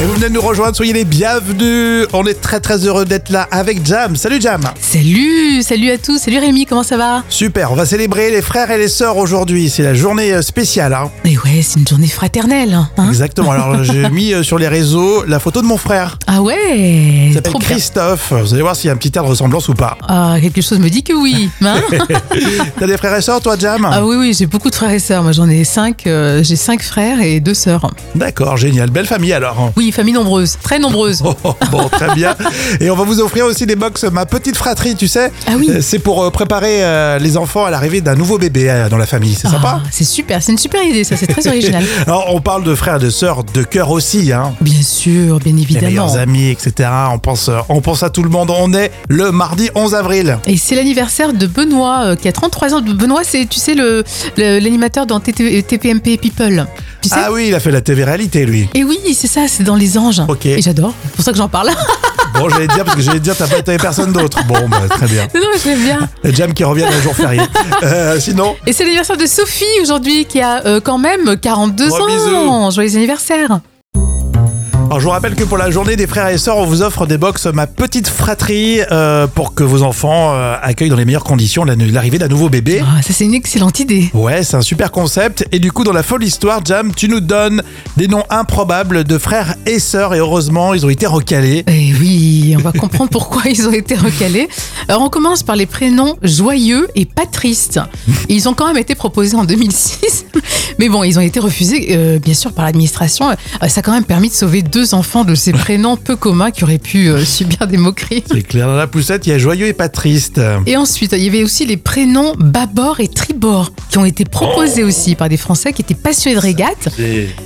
Et vous venez de nous rejoindre, soyez les bienvenus. On est très très heureux d'être là avec Jam. Salut Jam. Salut, salut à tous, salut Rémi, comment ça va Super, on va célébrer les frères et les sœurs aujourd'hui. C'est la journée euh, spéciale. hein. Mais ouais, c'est une journée fraternelle. Hein Exactement. Alors j'ai mis euh, sur les réseaux la photo de mon frère. ah ouais Il s'appelle Trop bien. Christophe. Vous allez voir s'il y a un petit air de ressemblance ou pas. Ah, quelque chose me dit que oui. hein T'as des frères et sœurs toi Jam ah oui, oui, j'ai beaucoup de frères et sœurs. Moi, j'en ai cinq. euh, j'ai cinq frères et deux sœurs. D'accord, génial. Belle famille alors. Oui, famille nombreuse, très nombreuse. Oh, oh, bon, très bien. Et on va vous offrir aussi des box Ma Petite Fratrie, tu sais. Ah oui. Euh, C'est pour euh, préparer euh, les enfants à l'arrivée d'un nouveau bébé euh, dans la famille. C'est sympa. Ah, c'est super, c'est une super idée, ça, c'est très original. Alors, on parle de frères et de sœurs de cœur aussi, hein. Bien sûr, bien Les évidemment. meilleurs amis, etc. On pense, euh, on pense à tout le monde. On est le mardi 11 avril. Et c'est l'anniversaire de Benoît, euh, qui a 33 ans. Benoît, c'est, tu sais, le, le- l'animateur dans TT TPMP People. Tu sais Ah oui, il a fait la TV réalité, lui. Et oui, c'est ça, c'est dans Les Anges. Ok. Et j'adore, c'est pour ça que j'en parle. Bon, j'allais dire, parce que j'allais dire, t'as pas été personne d'autre. Bon, bah, très bien. non, je l'aime bien. Jam qui revient un jour férié. Euh, sinon, Et c'est l'anniversaire de Sophie aujourd'hui qui a euh, quand même 42 Gros ans. Joyeux anniversaire. Alors je vous rappelle que pour la journée des frères et sœurs, on vous offre des box Ma Petite Fratrie euh, pour que vos enfants euh, accueillent dans les meilleures conditions la- l'arrivée d'un nouveau bébé. Ah, ça c'est une excellente idée. Ouais, c'est un super concept. Et du coup, dans la folle histoire, Jam, tu nous donnes des noms improbables de frères et sœurs. Et heureusement, ils ont été recalés. Et Eh oui, on va comprendre pourquoi ils ont été recalés. Alors on commence par les prénoms joyeux et pas tristes. Ils ont quand même été proposés en 2006, mais bon, ils ont été refusés euh, bien sûr par l'administration. Euh, ça a quand même permis de sauver deux enfants de ces prénoms peu communs qui auraient pu euh, subir des moqueries. C'est clair, dans la poussette, il y a joyeux et pas triste. Et ensuite, il y avait aussi les prénoms bâbord et tribord qui ont été proposés aussi par des Français qui étaient passionnés de régate.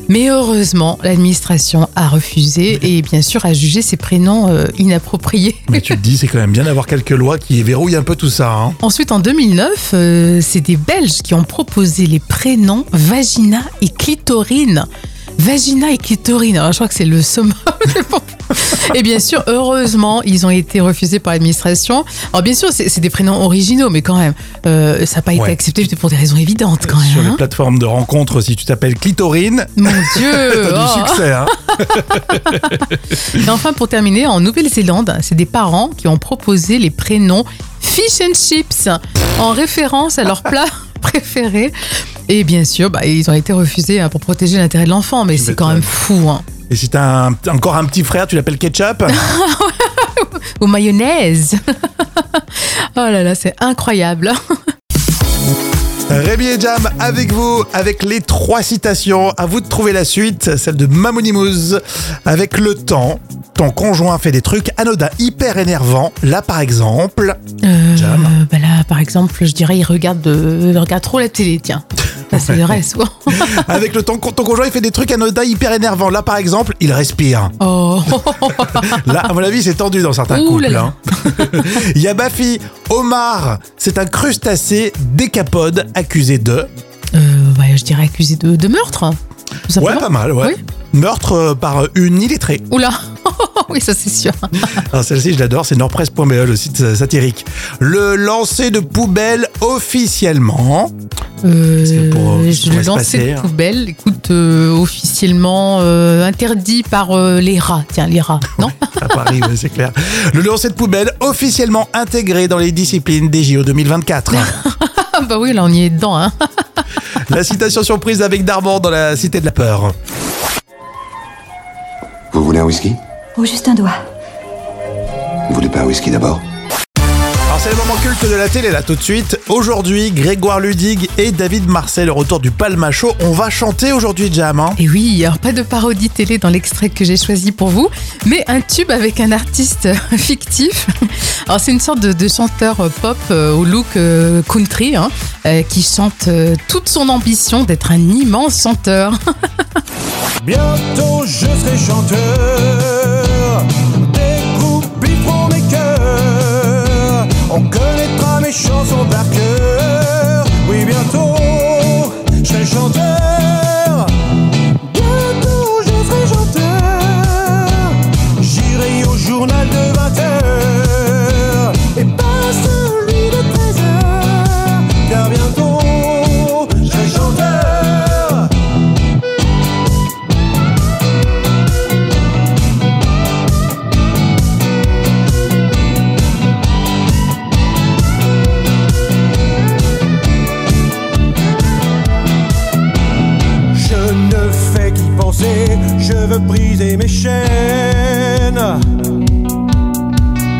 Mais heureusement, l'administration a refusé et bien sûr a jugé ces prénoms euh, inappropriés. Mais tu te dis, c'est quand même bien d'avoir quelques lois qui verrouillent un peu tout ça. hein. Ensuite, en 2009, euh, c'est des Belges qui ont proposé les prénoms vagina et clitorine. Vagina et clitorine, alors je crois que c'est le summum. Mais bon. et bien sûr, heureusement, ils ont été refusés par l'administration. Alors bien sûr, c'est c'est des prénoms originaux, mais quand même, euh, ça n'a pas été Ouais. accepté pour des raisons évidentes quand Sur même. les hein. plateformes de rencontres, si tu t'appelles Clitorine, Mon t'as Dieu oh. du succès. hein. Et enfin, pour terminer, en Nouvelle-Zélande, c'est des parents qui ont proposé les prénoms Fish and Chips en référence à leur plat préféré. Et bien sûr, bah, ils ont été refusés hein, pour protéger l'intérêt de l'enfant, mais Tu c'est quand même fou. hein. Et si t'as un- encore un petit frère, tu l'appelles Ketchup Ou mayonnaise. oh là là, c'est incroyable. Rémi et Jam avec vous, avec les trois citations. À vous de trouver la suite, celle de Mamonimouz. Avec le temps, ton conjoint fait des trucs anodins hyper énervants. Là, par exemple, Euh, Jam. bah là, par exemple, je dirais, ils regardent, de- ils regardent trop la télé, tiens. Ça, c'est le reste. avec le temps, ton conjoint il fait des trucs anodins hyper énervants. Là, par exemple, il respire. Oh. Là, à mon avis, c'est tendu dans certains Ouh couples. là là. hein. Il y a Bafi, Omar, c'est un crustacé décapode accusé de. Euh, bah, je dirais accusé de, de meurtre. tout Ouais, simplement. pas mal, ouais. Oui. Meurtre euh, par une illettrée. Oula. oui, ça, c'est sûr. Alors celle-ci, je l'adore, c'est nordpresse.be, E, le site euh, satirique. Le lancer de poubelle officiellement. Euh, que pour- qu'est-ce qui je pourrait le se passer, lancer hein de poubelle, écoute, euh, officiellement euh, interdit par euh, les rats. Tiens, les rats, non À Paris, ouais, c'est clair. Le lancer de poubelle officiellement intégré dans les disciplines des JO 2024. Ah bah oui, là on y est dedans. Hein. La citation surprise avec Darman dans la Cité de la Peur. Vous voulez un whisky Oh, juste un doigt. Vous voulez pas un whisky d'abord Alors c'est le moment culte de la télé là tout de suite. Aujourd'hui, Grégoire Ludig et David Marcel, le retour du Palmacho. On va chanter aujourd'hui, Jam. hein. Et oui, alors pas de parodie télé dans l'extrait que j'ai choisi pour vous, mais un tube avec un artiste fictif. Alors c'est une sorte de, de chanteur euh, pop euh, au look euh, country hein, euh, qui chante euh, toute son ambition d'être un immense chanteur. Bientôt je serai chanteur, des groupes vivront mes cœurs, on connaîtra mes chansons par cœur. Oui, bientôt je serai chanteur, bientôt je serai chanteur, j'irai au journal de 20 heures et pas celui de 13 heures, car bientôt je serai chanteur. Je veux briser mes chaînes.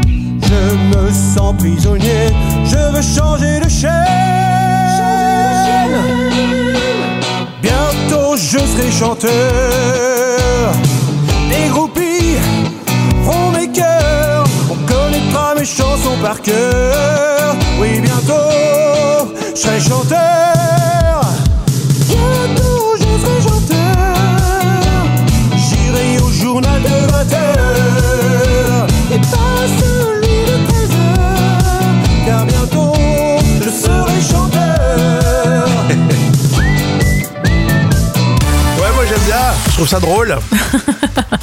Je me sens prisonnier. Je veux changer de chaîne. Bientôt je serai chanteur. Les groupies feront mes cœurs. On connaîtra mes chansons par cœur. Oui, bientôt je serai chanteur. Bientôt je serai chanteur. J'irai au journal de 20 heures et pas celui de 13 heures. Car bientôt je serai chanteur. Ouais, moi j'aime bien. Je trouve ça drôle.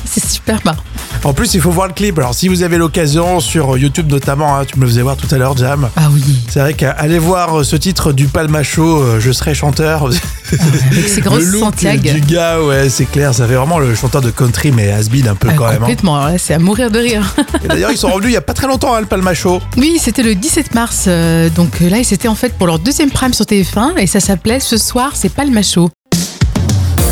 C'est super marrant. En plus, il faut voir le clip. Alors, si vous avez l'occasion sur YouTube notamment, hein, tu me le faisais voir tout à l'heure, Jam. Ah oui, C'est vrai qu'aller voir euh, ce titre du Palmacho, euh, je serai chanteur. avec ses grosses le look Santiago. du gars, ouais, c'est clair. Ça fait vraiment le chanteur de country, mais has un peu Ah, quand même. hein. complètement, alors là, c'est à mourir de rire. Et D'ailleurs, ils sont revenus il y a pas très longtemps, hein, le Palmacho. Oui, c'était le 17 mars. euh, donc euh, là, c'était en fait pour leur deuxième prime sur TF1 et ça s'appelait Ce soir, c'est pas le macho.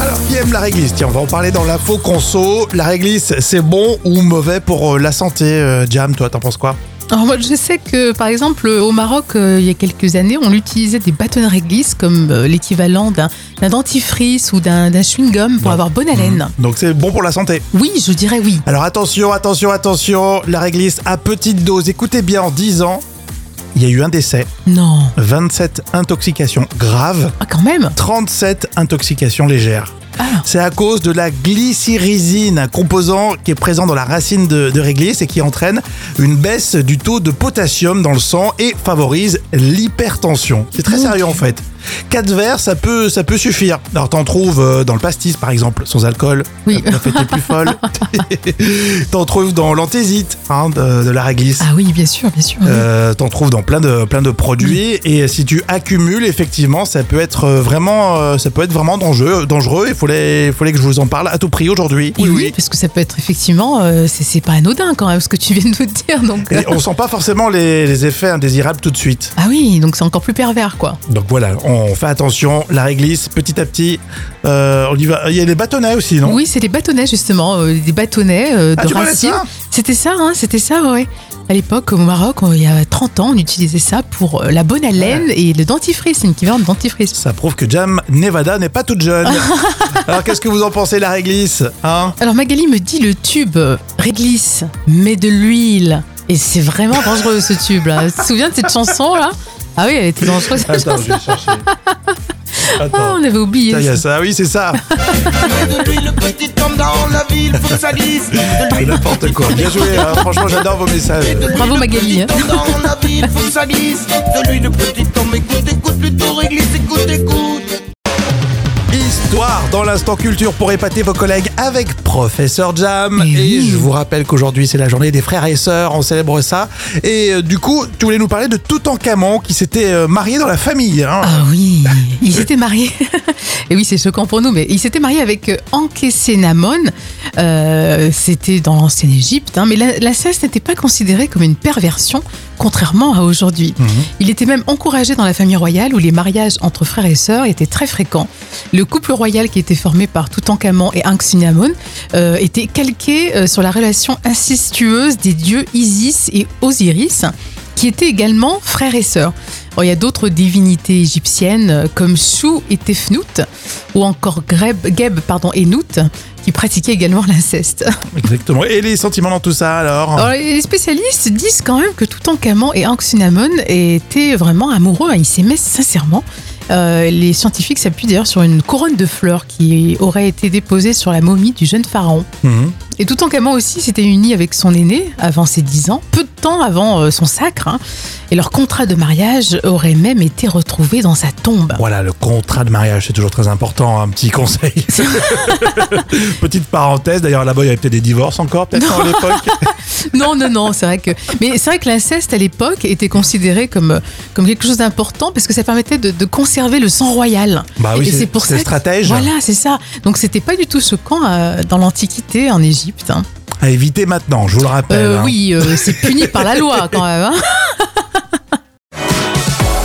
Alors, qui aime la réglisse Tiens, on va en parler dans l'info conso. La réglisse, c'est bon ou mauvais pour euh, la santé euh, Jam, toi, t'en penses quoi Alors moi, je sais que par exemple euh, au Maroc, euh, il y a quelques années, on utilisait des bâtonnets de réglisse comme euh, l'équivalent d'un d'un dentifrice ou d'un d'un chewing-gum pour avoir bonne haleine. Donc, c'est bon pour la santé. Oui, je dirais oui. Alors, attention, attention, attention. La réglisse à petite dose. Écoutez bien, en 10 ans, il y a eu un décès, Non. 27 intoxications graves, Ah, quand même 37 intoxications légères. Ah. C'est à cause de la glycyrrhizine, un composant qui est présent dans la racine de, de réglisse et qui entraîne une baisse du taux de potassium dans le sang et favorise l'hypertension. C'est très Ok. sérieux en fait. 4 verres, ça peut, ça peut suffire. Alors t'en trouves euh, dans le pastis par exemple, sans alcool. Oui. La fête est plus folle. t'en trouves dans l'anthésite hein, de, de la réglisse. Ah oui, bien sûr, bien sûr. oui. Euh, t'en trouves dans plein de plein de produits et si tu accumules effectivement ça peut être euh, vraiment euh, ça peut être vraiment dangereux dangereux il fallait fallait que je vous en parle à tout prix aujourd'hui Et oui, parce que ça peut être effectivement, euh, c'est- c'est pas anodin quand même ce que tu viens de nous dire. Donc, euh, Et on sent pas forcément les, les effets indésirables tout de suite. Ah oui, donc c'est encore plus pervers quoi. Donc voilà, on fait attention, la réglisse, petit à petit. Euh, on y va. Il y a les bâtonnets aussi, non Oui, c'est des bâtonnets justement, euh, des bâtonnets euh, Ah, de tu parlais de racines. ça C'était ça, hein, c'était ça, ouais. À l'époque, au Maroc, on- il y a 30 ans, on utilisait ça pour euh, la bonne haleine et le dentifrice, une équivalent de dentifrice. Ça prouve que Jam Nevada n'est pas toute jeune. Alors qu'est-ce que vous en pensez, la réglisse hein Alors Magali me dit le tube euh, réglisse, mais de l'huile. Et c'est vraiment dangereux ce tube là. tu te souviens de cette chanson là Ah oui, elle était dangereuse. cette chanson. je vais chercher. Ah, Attends. on avait oublié. Tiens, il y a ça. ça, oui, c'est ça. de l'huile petite comme dans la ville, faut que ça glisse. De l'huile N'importe quoi. Bien joué, hein. franchement, j'adore vos messages. Bravo, Magali. hein. petite comme dans la ville, faut que ça glisse. De l'huile petite comme écoute, écoute, plutôt réglisse, écoute, écoute. Histoire dans l'instant culture pour épater vos collègues avec Professeur Jam. Eh Et, oui. je vous rappelle qu'aujourd'hui c'est la journée des frères et sœurs, on célèbre ça. Et euh, du coup, tu voulais nous parler de Toutankhamon qui s'était euh, marié dans la famille. hein. Ah oui, il s'était marié. Et oui, c'est choquant pour nous, mais il s'était marié avec euh, Ankhésénamon. Euh, C'était dans l'ancienne Égypte, hein, mais la- l'inceste n'était pas considéré comme une perversion, contrairement à aujourd'hui. Il était même encouragé dans la famille royale où les mariages entre frères et sœurs étaient très fréquents. Le couple royal qui était formé par Toutankhamon et Ankhésénamon euh, était calqué euh, sur la relation incestueuse des dieux Isis et Osiris, qui étaient également frères et sœurs. Or, Oh, il y a d'autres divinités égyptiennes euh, comme Chou et Tefnout, ou encore Greb, Geb pardon, et Nout, qui pratiquaient également l'inceste. Oh. Exactement. Et les sentiments dans tout ça alors Alors, les spécialistes disent quand même que Toutankhamon et Anxinamon étaient vraiment amoureux, hein, ils s'aimaient sincèrement. Euh, les scientifiques s'appuient d'ailleurs sur une couronne de fleurs qui aurait été déposée sur la momie du jeune pharaon. Mhm. Et Toutankhamon aussi s'était uni avec son aîné avant ses 10 ans, peu de temps avant euh, son sacre, hein. et leur contrat de mariage aurait même été retrouvé dans sa tombe. Voilà, le contrat de mariage, c'est toujours très important, un petit conseil. Petite parenthèse, d'ailleurs là-bas il y avait peut-être des divorces encore, peut-être à l'époque. Non, non, non, c'est vrai que. Mais c'est vrai que l'inceste à l'époque était considéré comme, comme quelque chose d'important parce que ça permettait de, de conserver le sang royal. Bah oui, Et c'est- c'est pour c'est ça. que- stratège. Voilà, c'est ça. Donc c'était pas du tout choquant euh, dans l'Antiquité en Égypte. hein. À éviter maintenant, je vous le rappelle. Euh, hein. oui, euh, c'est puni par la loi quand même. hein.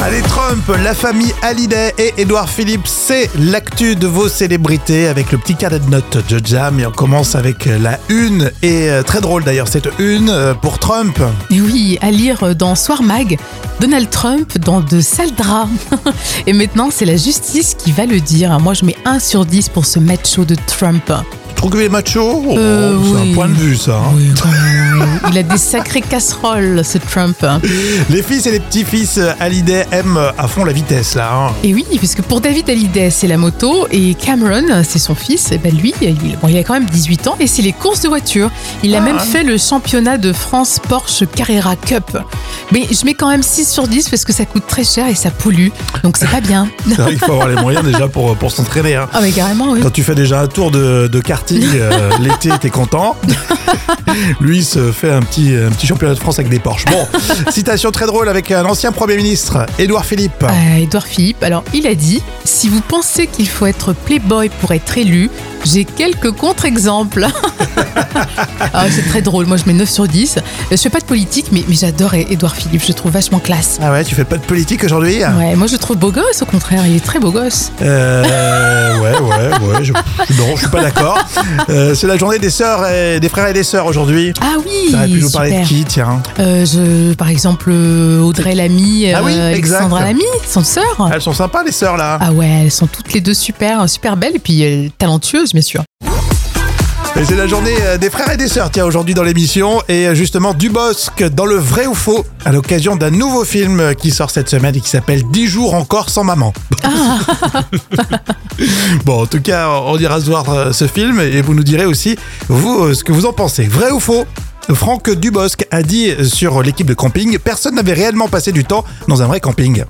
Allez, Trump, Trump, la famille Hallyday et Edouard Philippe, c'est l'actu de vos célébrités avec le petit carnet de notes de Jam. Et on commence avec euh, la une, et euh, très drôle d'ailleurs cette une euh, pour Trump. Et oui, à lire dans Soir Mag, Donald Trump dans de sales draps. Et maintenant, c'est la justice qui va le dire. hein. Moi, je mets 1 sur 10 pour ce macho de Trump. Tu trouves qu'il est macho Oh, Euh, C'est oui. un point de vue ça. hein. Oui, oui, oui. Il a des sacrées casseroles, ce Trump. Les fils et les petits-fils euh, Hallyday aiment euh, à fond la vitesse là. hein. Et oui, puisque pour David Hallyday, c'est la moto et Cameron, c'est son fils. Et ben lui, il, bon, il a quand même 18 ans et c'est les courses de voiture. Il a même fait le championnat de France Porsche Carrera Cup. Mais je mets quand même 6 sur 10 parce que ça coûte très cher et ça pollue. Donc c'est pas bien. C'est vrai qu'il faut avoir les moyens déjà pour, pour s'entraîner. hein. Ah mais carrément, oui. Quand tu fais déjà un tour de, de karting euh, l'été, t'es content. Lui il se fait un petit, un petit championnat de France avec des Porsche. Bon, citation très drôle avec un ancien Premier ministre, Édouard Philippe. Euh, Édouard Philippe, alors il a dit Si vous pensez qu'il faut être playboy pour être élu, j'ai quelques contre-exemples. Ah, c'est très drôle, moi je mets 9 sur 10. Je fais pas de politique, mais, mais j'adore Édouard Philippe, je le trouve vachement classe. Ah ouais, tu fais pas de politique aujourd'hui Ouais, moi je le trouve beau gosse, au contraire, il est très beau gosse. Euh, ouais, ouais, ouais. Je, non, je suis pas d'accord. Euh, c'est la journée des sœurs et des frères et des sœurs aujourd'hui. Ah oui, T'aurais pu nous parler de super. qui, tiens Euh, je, par exemple, euh, Audrey Lamy, Ah oui, exact. Ah. Alexandra Lamy, son sœur. Elles sont sympas, les sœurs, là. Ah ouais, elles sont toutes les deux super, super belles et puis euh, talentueuses, bien sûr. Et c'est la journée euh, des frères et des sœurs, tiens, aujourd'hui dans l'émission. Et euh, justement, Dubosc, dans le vrai ou faux, à l'occasion d'un nouveau film euh, qui sort cette semaine et qui s'appelle 10 jours encore sans maman. bon, en tout cas, on ira se voir euh, ce film et vous nous direz aussi, vous, euh, ce que vous en pensez. Vrai ou faux Franck Dubosc a dit euh, sur l'équipe de camping, personne n'avait réellement passé du temps dans un vrai camping.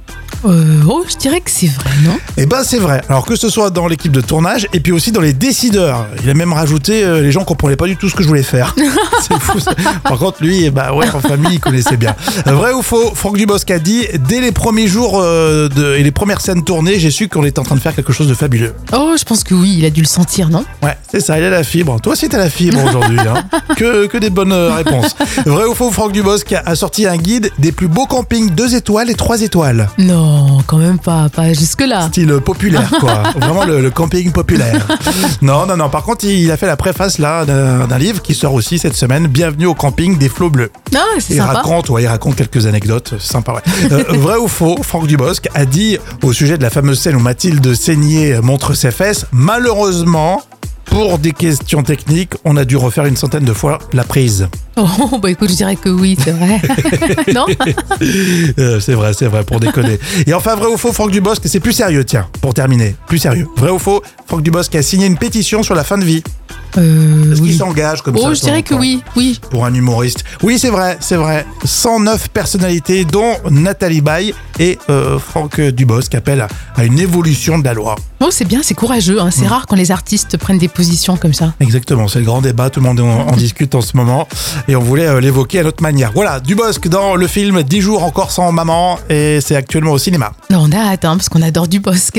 Euh, oh, je dirais que c'est vrai, non Eh ben c'est vrai. Alors que ce soit dans l'équipe de tournage et puis aussi dans les décideurs. Il a même rajouté euh, les gens comprenaient pas du tout ce que je voulais faire. c'est fou. ça. Par contre lui, eh ben ouais, en famille, il connaissait bien. Euh, Vrai ou faux Franck Dubosc a dit dès les premiers jours euh, de- et les premières scènes tournées, j'ai su qu'on était en train de faire quelque chose de fabuleux. Oh, je pense que oui, il a dû le sentir, non Ouais, c'est ça. Il a la fibre. Toi aussi t'as la fibre aujourd'hui. hein. Que que des bonnes euh, réponses. Vrai ou faux Franck Dubosc a sorti un guide des plus beaux campings 2 étoiles et 3 étoiles. Non, quand même pas, pas jusque-là. style populaire, quoi. Vraiment le, le camping populaire. Non, non, non. Par contre, il a fait la préface là d'un d'un livre qui sort aussi cette semaine. Bienvenue au camping des flots bleus. Ah, c'est Il sympa. raconte, ouais, il raconte quelques anecdotes, c'est sympa. Ouais. Euh, vrai ou faux Franck Dubosc a dit au sujet de la fameuse scène où Mathilde Seigné montre ses fesses. Malheureusement. Pour des questions techniques, on a dû refaire une centaine de fois la prise. Oh, bah écoute, je dirais que oui, c'est vrai. non Euh, c'est vrai, c'est vrai, pour déconner. Et enfin, vrai ou faux, Franck Dubosc, c'est plus sérieux, tiens, pour terminer. Plus sérieux. Vrai ou faux, Franck Dubosc a signé une pétition sur la fin de vie. euh, Est-ce qu'il oui. s'engage comme ça Oh, je sur dirais un que point oui, oui. Pour un humoriste. Oui, c'est vrai, c'est vrai. 109 personnalités, dont Nathalie Baye et euh, Franck Dubosc, appellent à, à une évolution de la loi. Oh, c'est bien, c'est courageux. hein. C'est rare quand les artistes prennent des positions comme ça. Exactement, c'est le grand débat, tout le monde en, en discute en ce moment et on voulait euh, l'évoquer à notre manière. Voilà, Dubosc dans le film 10 jours encore sans maman et c'est actuellement au cinéma. Non, on a hâte, hein, parce qu'on adore Dubosc.